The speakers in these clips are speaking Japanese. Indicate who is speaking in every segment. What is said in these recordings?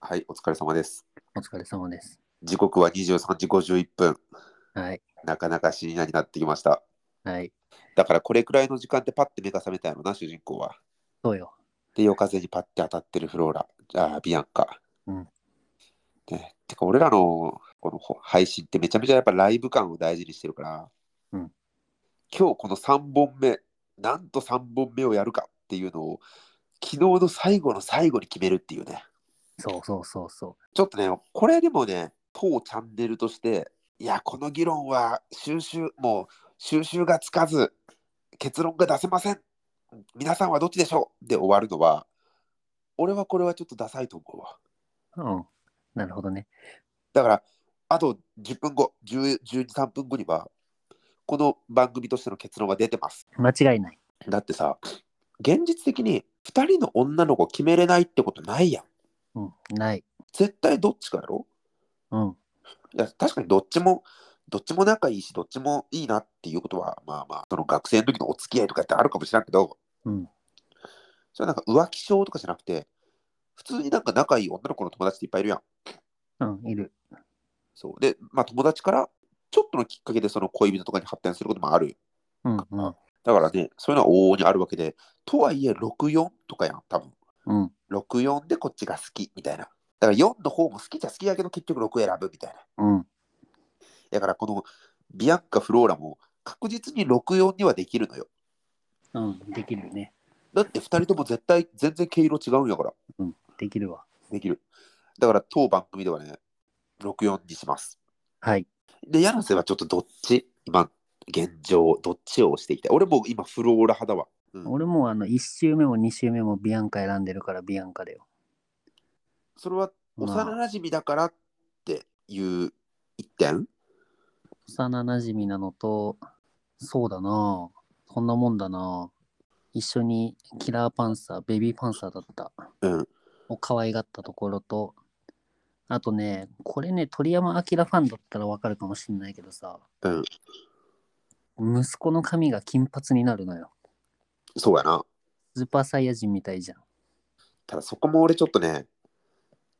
Speaker 1: はい、お疲れ様です。
Speaker 2: お疲れ様です。
Speaker 1: 時刻は23時51分。
Speaker 2: はい。
Speaker 1: なかなか深夜になってきました。
Speaker 2: はい。
Speaker 1: だからこれくらいの時間でパッて目が覚めたよな、主人公は。
Speaker 2: そうよ。
Speaker 1: で、夜風にパッて当たってるフローラ、あービアンカ。
Speaker 2: うん
Speaker 1: ね、てか、俺らのこのほ配信ってめちゃめちゃやっぱライブ感を大事にしてるから、
Speaker 2: うん
Speaker 1: 今日この3本目、なんと3本目をやるかっていうのを、昨日の最後の最後に決めるっていうね。
Speaker 2: そうそうそうそ
Speaker 1: ちょっとね、これでもね、当チャンネルとして、いや、この議論は収集、もう収集がつかず、結論が出せません。皆さんはどっちでしょうで終わるのは、俺はこれはちょっとダサいと思うわ。
Speaker 2: う。うん。なるほどね。
Speaker 1: だから、あと10分後、10 12、3分後には、この番組としての結論は出てます。
Speaker 2: 間違いない。
Speaker 1: だってさ、現実的に2人の女の子決めれないってことないやん。
Speaker 2: うん。ない。
Speaker 1: 絶対どっちかやろ
Speaker 2: うん。
Speaker 1: いや確かにどっちもどっちも仲いいしどっちもいいなっていうことはまあまあその学生の時のお付き合いとかってあるかもしれんけど
Speaker 2: うん。
Speaker 1: それはなんか浮気症とかじゃなくて普通になんか仲いい女の子の友達っていっぱいいるやん
Speaker 2: うん。いる。
Speaker 1: そうでまあ友達からちょっとのきっかけでその恋人とかに発展することもある
Speaker 2: うん。うん。
Speaker 1: だからねそういうのは往々にあるわけでとはいえ64とかやん多分
Speaker 2: うん。
Speaker 1: 64でこっちが好きみたいなだから4の方も好きじゃ好きやけど結局6選ぶみたいな
Speaker 2: うん。
Speaker 1: だからこのビアンカ・フローラも確実に64にはできるのよ
Speaker 2: うん。できるね。
Speaker 1: だって2人とも絶対全然毛色違うんやから
Speaker 2: できるわ。
Speaker 1: できるだから当番組ではね64にします
Speaker 2: はい。
Speaker 1: で柳瀬はちょっとどっち今現状どっちを押していきたい俺もう今フローラ派だわ、うん、
Speaker 2: 俺もあの、1周目も2周目もビアンカ選んでるからビアンカだよ。
Speaker 1: それは
Speaker 2: ま
Speaker 1: 幼
Speaker 2: あ、
Speaker 1: なじみだからっていう一点
Speaker 2: 幼なじみなのと、そうだなあそんなもんだなあ一緒にキラーパンサー、ベビーパンサーだった。
Speaker 1: うん
Speaker 2: を可愛がったところと、あとね、これね、鳥山明ファンだったらわかるかもしれないけどさ、
Speaker 1: うん
Speaker 2: 息子の髪が金髪になるのよ。
Speaker 1: そうやな
Speaker 2: スーパーサイヤ人みたいじゃん。
Speaker 1: ただそこも俺ちょっとね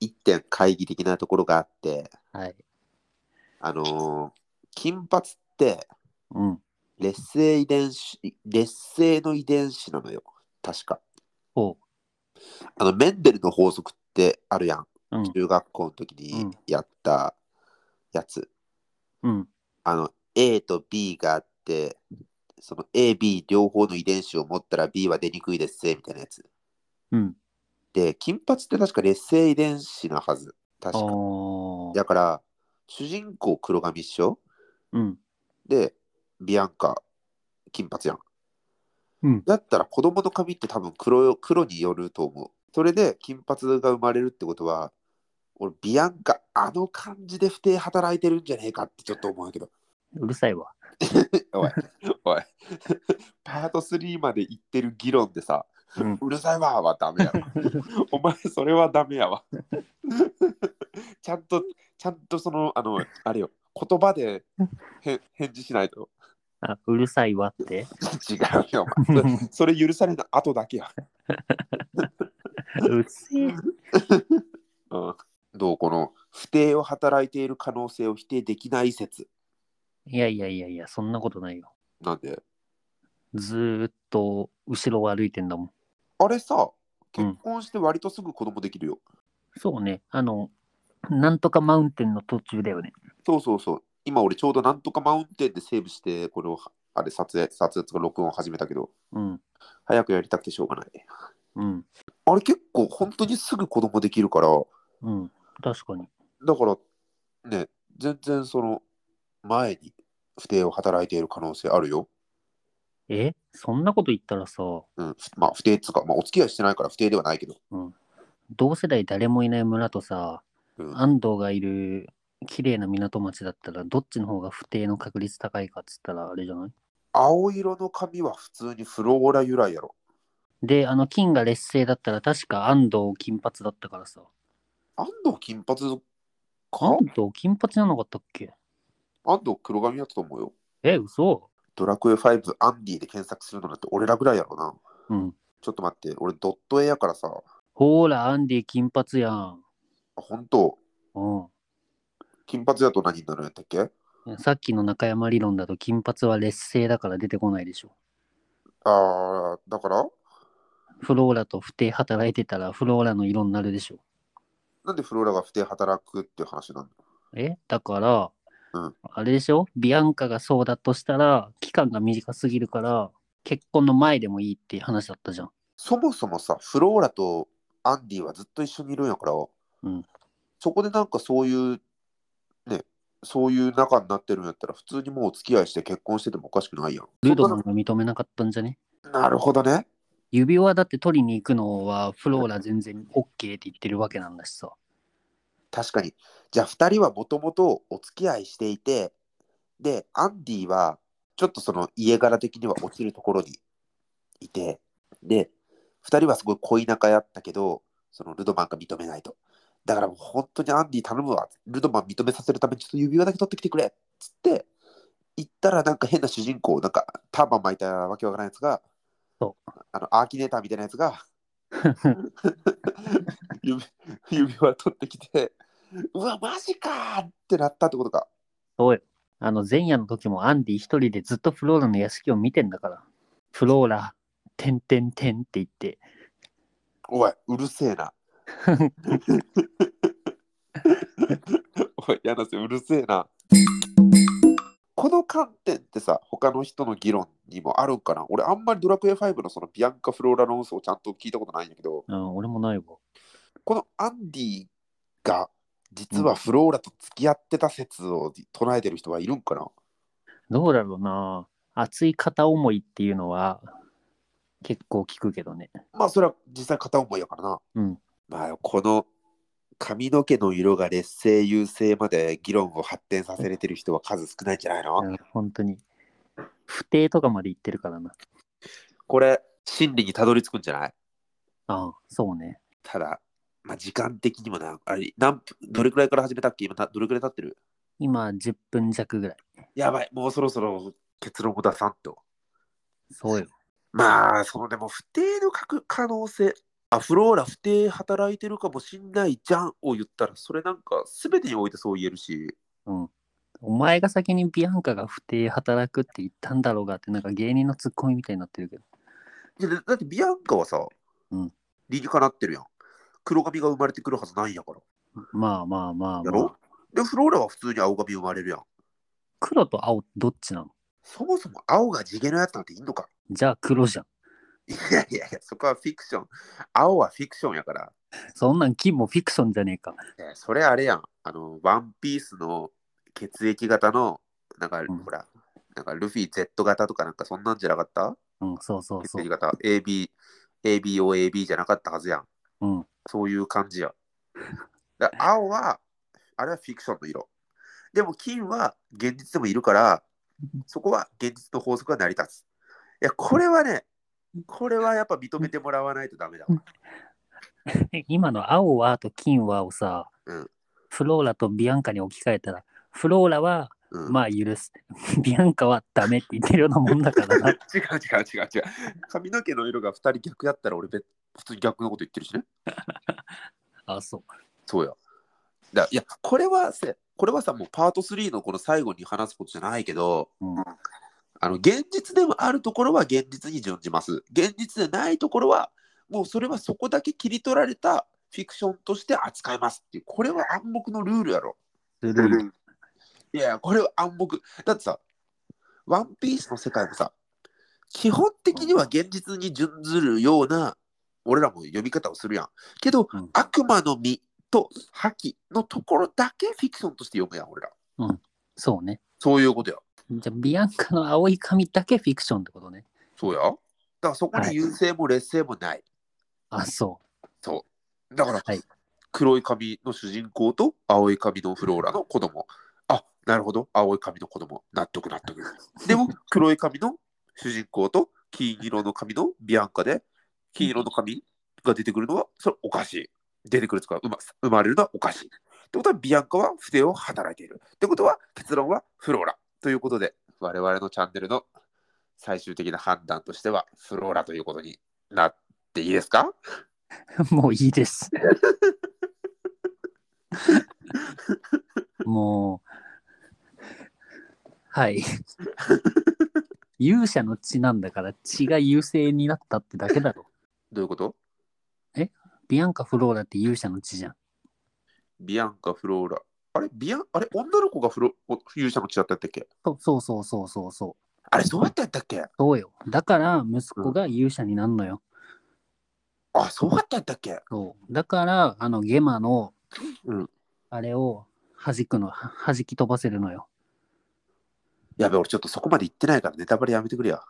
Speaker 1: 一点懐疑的なところがあって
Speaker 2: はい。
Speaker 1: あのー金髪って
Speaker 2: うん。
Speaker 1: 劣勢遺伝子劣勢の遺伝子なのよ確か
Speaker 2: ほ
Speaker 1: あのメンデルの法則ってあるやん
Speaker 2: う。うん。
Speaker 1: 中学校の時
Speaker 2: う
Speaker 1: に
Speaker 2: ん
Speaker 1: やったやつ、
Speaker 2: うん。
Speaker 1: あの A と B があってその AB 両方の遺伝子を持ったら B は出にくいですぜみたいなやつ
Speaker 2: うん。
Speaker 1: で金髪って確か劣勢遺伝子なはず確か
Speaker 2: おー
Speaker 1: だから主人公黒髪っしょ
Speaker 2: うん。
Speaker 1: でビアンカ金髪やん
Speaker 2: うん。
Speaker 1: だったら子供の髪って多分黒よ黒によると思う。それで金髪が生まれるってことは、俺、ビアンカ、あの感じで不定働いてるんじゃねえかってちょっと思うけど。
Speaker 2: うるさいわ。
Speaker 1: おい、おい、 パート3まで行ってる議論でさ、
Speaker 2: うん。
Speaker 1: うるさいわーはダメや ろ。お前、それはダメやわ。 ちゃんと、ちゃんとその、あの、あれよ、言葉でへ返事しないと。
Speaker 2: あ、うるさいわ って。
Speaker 1: 違うよ、お前。それ許された後だけや。
Speaker 2: うっせえ。
Speaker 1: うんどうこの不定を働いている可能性を否定できない説
Speaker 2: いやいやいやいや、そんなことないよ。
Speaker 1: なんで
Speaker 2: ずーっと後ろを歩いてんだもん。
Speaker 1: あれさ
Speaker 2: うん
Speaker 1: 結婚して割とすぐ子供できるよ、
Speaker 2: そうね。あの、なんとかマウンテンの途中だよね。
Speaker 1: そうそうそう今俺ちょうどなんとかマウンテンでセーブしてこれをあれ撮影撮影とか録音を始めたけど
Speaker 2: うん。
Speaker 1: 早くやりたくてしょうがない
Speaker 2: うん。
Speaker 1: あれ結構本当にすぐ子供できるから
Speaker 2: うん。確かに。
Speaker 1: だからね全然その前に不定を働いている可能性あるよ、
Speaker 2: えそんなこと言ったらさ、
Speaker 1: うん、まあ不定っつうか、まあ、お付き合いしてないから不定ではないけど、
Speaker 2: 同世代誰もいない村とさ、
Speaker 1: うん、
Speaker 2: 安藤がいる綺麗な港町だったら、どっちの方が不定の確率高いかっつったらあれじゃない
Speaker 1: 青色の髪は普通にフローラ由来やろ
Speaker 2: で、あの、金が劣勢だったら、確か安藤金髪だったからさ。
Speaker 1: 安藤金髪か
Speaker 2: 安藤金髪じゃなかったっけ
Speaker 1: 安藤黒髪だったと思うよ。
Speaker 2: え、嘘
Speaker 1: ドラクエ5アンディで検索するのなんて俺らぐらいやろな。
Speaker 2: うん。
Speaker 1: ちょっと待って、俺ドット絵やからさ。
Speaker 2: ほーら、アンディ金髪やん。
Speaker 1: あ本当
Speaker 2: うん
Speaker 1: 金髪だと何になるんやったっけ
Speaker 2: いや。さっきの中山理論だと金髪は劣勢だから出てこないでしょ。
Speaker 1: ああ、だから
Speaker 2: フローラと不定働いてたらフローラの色になるでしょ。
Speaker 1: なんでフローラが不定働くっていう話なんだ
Speaker 2: えだから、
Speaker 1: うん
Speaker 2: あれでしょビアンカがそうだとしたら期間が短すぎるから結婚の前でもいいっていう話だったじゃん。
Speaker 1: そもそもさ、フローラとアンディはずっと一緒にいるんやから、
Speaker 2: ん
Speaker 1: そこでなんかそういう、ね、そういう仲になってるんやったら、普通にもうお付き合いして結婚しててもおかしくないやん。
Speaker 2: ルド
Speaker 1: そ
Speaker 2: マン
Speaker 1: ん
Speaker 2: が認めなかったんじゃね
Speaker 1: ななるほどね。
Speaker 2: 指輪だって取りに行くのはフローラ全然 OK って言ってるわけなんだしさ。
Speaker 1: 確かに。じゃあ2人はもともとお付き合いしていて、で、アンディはちょっとその家柄的には落ちるところにいて、で、2人はすごい恋仲やったけど、そのルドマンが認めないと。だからもう本当にアンディ頼むわ。ルドマン認めさせるためにちょっと指輪だけ取ってきてくれっつって、行ったらなんか変な主人公、なんかターバン巻いたわけわからないやつが、
Speaker 2: そ
Speaker 1: あのアーキネーターみたいなやつが、 指 指輪取ってきて、うわ、マジかーってなったってことか。
Speaker 2: そうよ。あの前夜の時もアンディ一人でずっとフローラの屋敷を見てんだから。フローラ、てんてんてんって言って。
Speaker 1: おい、うるせえな。おい、柳瀬、うるせえな。この観点ってさ、他の人の議論にもあるんかな俺、あんまりドラクエ5のそのビアンカ・フローラの嘘をちゃんと聞いたことないんだけど、
Speaker 2: うん、俺もないわ。
Speaker 1: このアンディが実はフローラと付き合ってた説を唱えてる人はいるんかな、
Speaker 2: どうだろうな。熱い片思いっていうのは結構聞くけどね。
Speaker 1: まあ、それは実際片思いやからな。
Speaker 2: うん。
Speaker 1: まあ、この髪の毛の色が劣勢優勢まで議論を発展させれてる人は数少ないんじゃないの、
Speaker 2: うん本当に。不定とかまで言ってるからな。
Speaker 1: これ真理にたどり着くんじゃない
Speaker 2: ああ、そうね。
Speaker 1: ただ、まあ、時間的にもなあれ何分どれくらいから始めたっけ今などれくらい経ってる
Speaker 2: 今10分弱ぐらい。
Speaker 1: やばいもうそろそろ結論を出さんと
Speaker 2: そうよ。
Speaker 1: まあそのでも不定の書く可能性あフローラ不定働いてるかもしんないじゃんを言ったらそれなんか全てにおいてそう言えるし
Speaker 2: うん。お前が先にビアンカが不定働くって言ったんだろうがって、なんか芸人のツッコミみたいになってるけど。
Speaker 1: だだってビアンカはさ、
Speaker 2: うん
Speaker 1: 理にかなってるやん黒髪が生まれてくるはずないんやから
Speaker 2: まあまあまあ、
Speaker 1: や
Speaker 2: ま
Speaker 1: ろ
Speaker 2: あ。
Speaker 1: で、フローラは普通に青髪生まれるやん。
Speaker 2: 黒と青どっちなの
Speaker 1: そもそも青が地毛のやつなんていいのか
Speaker 2: じゃあ黒じゃん。
Speaker 1: いやいやいや、そこはフィクション。青はフィクションやから。
Speaker 2: そんなん金もフィクションじゃねえか。
Speaker 1: えーそれあれやん。あの、ワンピースの血液型の、なんか、
Speaker 2: ん
Speaker 1: ほら、なんかルフィ Z 型とかなんかそんなんじゃなかった
Speaker 2: うん、そうそう
Speaker 1: 血
Speaker 2: そう
Speaker 1: 液。型 AB、ABOAB じゃなかったはずやん。
Speaker 2: うん。
Speaker 1: そういう感じや。だから青は、あれはフィクションの色。でも金は現実でもいるから、そこは現実の法則が成り立つ。いや、これはね、これはやっぱ認めてもらわないとダメだわ。
Speaker 2: 今の青はと金はをさ、
Speaker 1: うん
Speaker 2: フローラとビアンカに置き換えたら、フローラは
Speaker 1: うん、
Speaker 2: まあ許す。 ビアンカはダメって言ってるようなもんだか らな。
Speaker 1: 違う違う違う違う。髪の毛の色が2人逆やったら俺別、普通に逆のこと言ってるしね。
Speaker 2: あ、そう。
Speaker 1: そうや。だいや、これはせ、これはさ、もうパート3のこの最後に話すことじゃないけど、
Speaker 2: うん
Speaker 1: あの現実ではあるところは現実に準じます。現実でないところは、もうそれはそこだけ切り取られたフィクションとして扱いますっていう、これは暗黙のルールやろ。
Speaker 2: ずるい。
Speaker 1: いや、これは暗黙。だってさ、ワンピースの世界もさ、基本的には現実に準ずるような、俺らも読み方をするやん。けど、
Speaker 2: うん
Speaker 1: 悪魔の実と覇気のところだけフィクションとして読むやん、俺ら。
Speaker 2: そうね。
Speaker 1: そういうことや。
Speaker 2: じゃあ、ビアンカの青い髪だけフィクションってことね。
Speaker 1: そうや。だからそこ
Speaker 2: は
Speaker 1: に
Speaker 2: い
Speaker 1: 優勢も劣勢もない。
Speaker 2: あ、そ
Speaker 1: そう。だから、
Speaker 2: はい
Speaker 1: 黒い髪の主人公と青い髪のフローラの子供。あ、なるほど。青い髪の子供。納得納得。でも、黒い髪の主人公と金色の髪のビアンカで、金色の髪が出てくるのは、それおかしい。出てくるとか、生ま生まれるのはおかしい。ってことは、ビアンカは不正を働いている。ってことは、結論はフローラ。ということで、我々のチャンネルの最終的な判断としては、フローラということになっていいですか
Speaker 2: う。もういいです。 もう、はい。勇者の血なんだから血が優勢になったってだけだろ。
Speaker 1: どういうこと
Speaker 2: ビアンカ・フローラって勇者の血じゃん。
Speaker 1: ビアンカ・フローラ。あれ、ビアン、あれ、女の子がフロお勇者の血だったっけ
Speaker 2: そうそうそうそうそうそう。
Speaker 1: あれ、そうやってやったっけ
Speaker 2: そうよ。だから息子が勇者になるのよ。
Speaker 1: あ、そうやってやったっけ
Speaker 2: そう。だから、あの、ゲマの、
Speaker 1: うん
Speaker 2: あれを弾くの、は弾き飛ばせるのよ。
Speaker 1: やべ、俺ちょっとそこまで行ってないからネタバレやめてくれよ。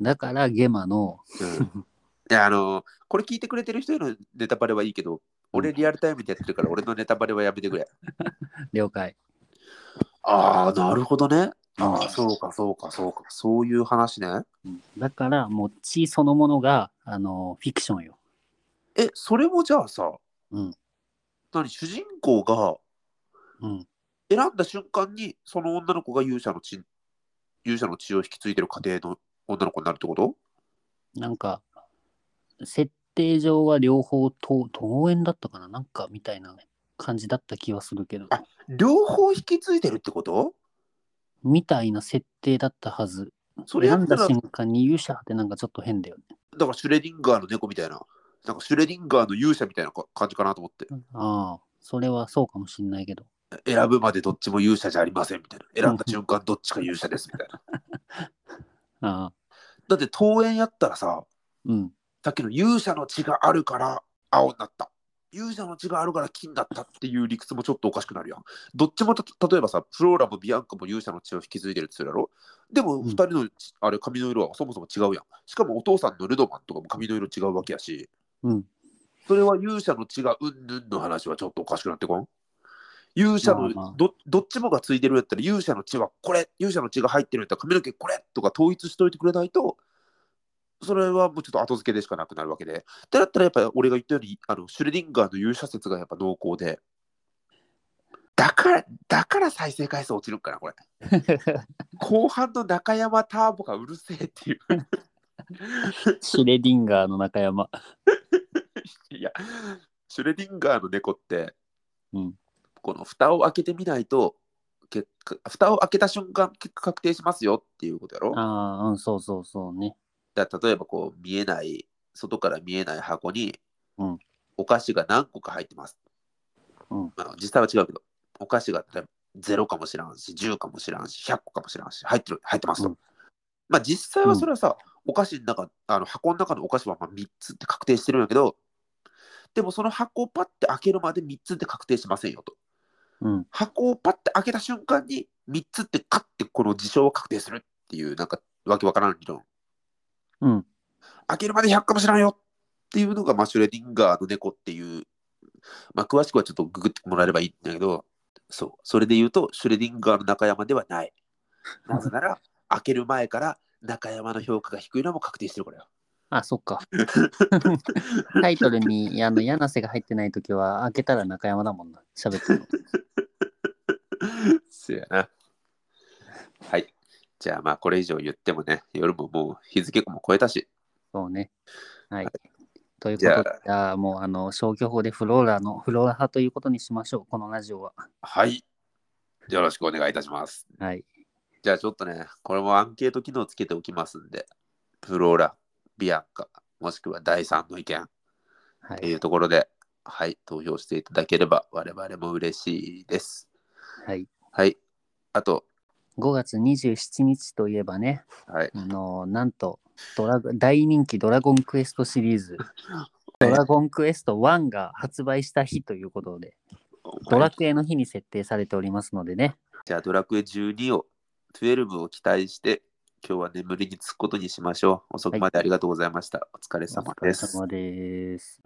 Speaker 2: だから、ゲマの、
Speaker 1: うん、 いやあのこれ聞いてくれてる人へのネタバレはいいけど、俺リアルタイムでやってるから俺のネタバレはやめてくれ。
Speaker 2: 了解。
Speaker 1: ああ、なるほどね。あ
Speaker 2: う
Speaker 1: あ、
Speaker 2: ん
Speaker 1: そうか、そうか、そうか。そういう話ね。
Speaker 2: うんだから、もう血そのものが、あの、フィクションよ。
Speaker 1: え、それもじゃあさ、
Speaker 2: うん
Speaker 1: 何、主人公が
Speaker 2: うん。
Speaker 1: 選んだ瞬間に、その女の子が勇者の血、勇者の血を引き継いでる家庭の女の子になるってこと
Speaker 2: なんか、設定上は両方と、登園だったかななんかみたいな感じだった気はするけど、
Speaker 1: あ両方引き継いでるってこと
Speaker 2: みたいな設定だったはず。
Speaker 1: それや
Speaker 2: 選
Speaker 1: っ
Speaker 2: ん
Speaker 1: た
Speaker 2: だ
Speaker 1: ら、だか
Speaker 2: 瞬間に勇者ってなんかちょっと変だよね。
Speaker 1: らシュレディンガーの猫みたいな、なんかシュレディンガーの勇者みたいなか感じかなと思って。
Speaker 2: ああ、それはそうかもしんないけど。
Speaker 1: 選ぶまでどっちも勇者じゃありませんみたいな。選んだ瞬間どっちか勇者ですみたい な。
Speaker 2: ああ、
Speaker 1: だって登園やったらさ、
Speaker 2: うん。
Speaker 1: さっきの勇者の血があるから青になった。勇者の血があるから金だったっていう理屈もちょっとおかしくなるやん。どっちもた例えばさ、フローラもビアンカも勇者の血を引き継いでるっつうやろ。でも
Speaker 2: ん
Speaker 1: 2人の、あれ髪の色はそもそも違うやん。しかもお父さんのルドマンとかも髪の色違うわけやし、
Speaker 2: うん。
Speaker 1: それは勇者の血がうんぬんの話はちょっとおかしくなってこん勇者
Speaker 2: まあまあ
Speaker 1: のどどっちもがついてるやったら勇者の血はこれ勇者の血が入ってるやったら髪の毛これとか統一しといてくれないとそれはもうちょっと後付けでしかなくなるわけでってなったらやっぱ俺が言ったようにあのシュレディンガーの勇者説がやっぱ濃厚でだからだから再生回数落ちるんかなこれ後半の中山ターボがうるせえっていう
Speaker 2: シュレディンガーの中山。
Speaker 1: いや、シュレディンガーの猫って、
Speaker 2: うん
Speaker 1: この蓋を開けてみないと、結果蓋を開けた瞬間、結果確定しますよっていうことやろ
Speaker 2: ああ、うん、そうそうそうね。
Speaker 1: だから例えばこう、見えない、外から見えない箱に、
Speaker 2: うん
Speaker 1: お菓子が何個か入ってます。
Speaker 2: うん
Speaker 1: まあ、実際は違うけど、お菓子が例えば0かもしらんし、10かもしらんし、100個かもしらんし、入ってる、入ってますと。
Speaker 2: うん
Speaker 1: まあ実際はそれはさ、お菓子の中、あの箱の中のお菓子はまあ3つって確定してるんやけど、でもその箱をパッて開けるまで3つって確定しませんよと。
Speaker 2: うん。
Speaker 1: 箱をパッて開けた瞬間に3つってカッてこの事象を確定するっていうなんかわけわからん理論。
Speaker 2: うん。
Speaker 1: 開けるまで100かもしらんよっていうのが、まあ、シュレディンガーの猫っていう、まあ、詳しくはちょっとググってもらえればいいんだけど、そう、それで言うと、シュレディンガーの中山ではない。なぜなら、開ける前から中山の評価が低いのはもう確定してるからよ。
Speaker 2: あ、そっ か。タイトルにあの柳瀬が入ってないときは、開けたら中山だもんな。喋ってるの。
Speaker 1: そうやな。はい。じゃあまあこれ以上言ってもね、夜ももう日付も超えたし、
Speaker 2: そうね。はい。ということ
Speaker 1: じゃあ
Speaker 2: で、じゃあもうあの消去法でフローラのフローラ派ということにしましょう、このラジオは。
Speaker 1: はい。よろしくお願いいたします。
Speaker 2: はい。
Speaker 1: じゃあちょっとね、これもアンケート機能つけておきますんで、フローラ、ビアンカ、もしくは第3の意見っ
Speaker 2: は
Speaker 1: て
Speaker 2: い。
Speaker 1: いうところで、はい、投票していただければ我々も嬉しいです。
Speaker 2: はい、
Speaker 1: はい。あと、
Speaker 2: 5月27日といえばね、
Speaker 1: はい。
Speaker 2: あのなんとドラゴ大人気ドラゴンクエストシ リーズ、ドラゴンクエスト1が発売した日ということで、ドラクエの日に設定されておりますのでね。
Speaker 1: じゃあドラクエ12を、12を期待して、今日は眠りにつくことにしましょう。遅くまでありがとうございました。お疲れ
Speaker 2: お
Speaker 1: 様
Speaker 2: 疲
Speaker 1: で
Speaker 2: れ
Speaker 1: す。
Speaker 2: 様です。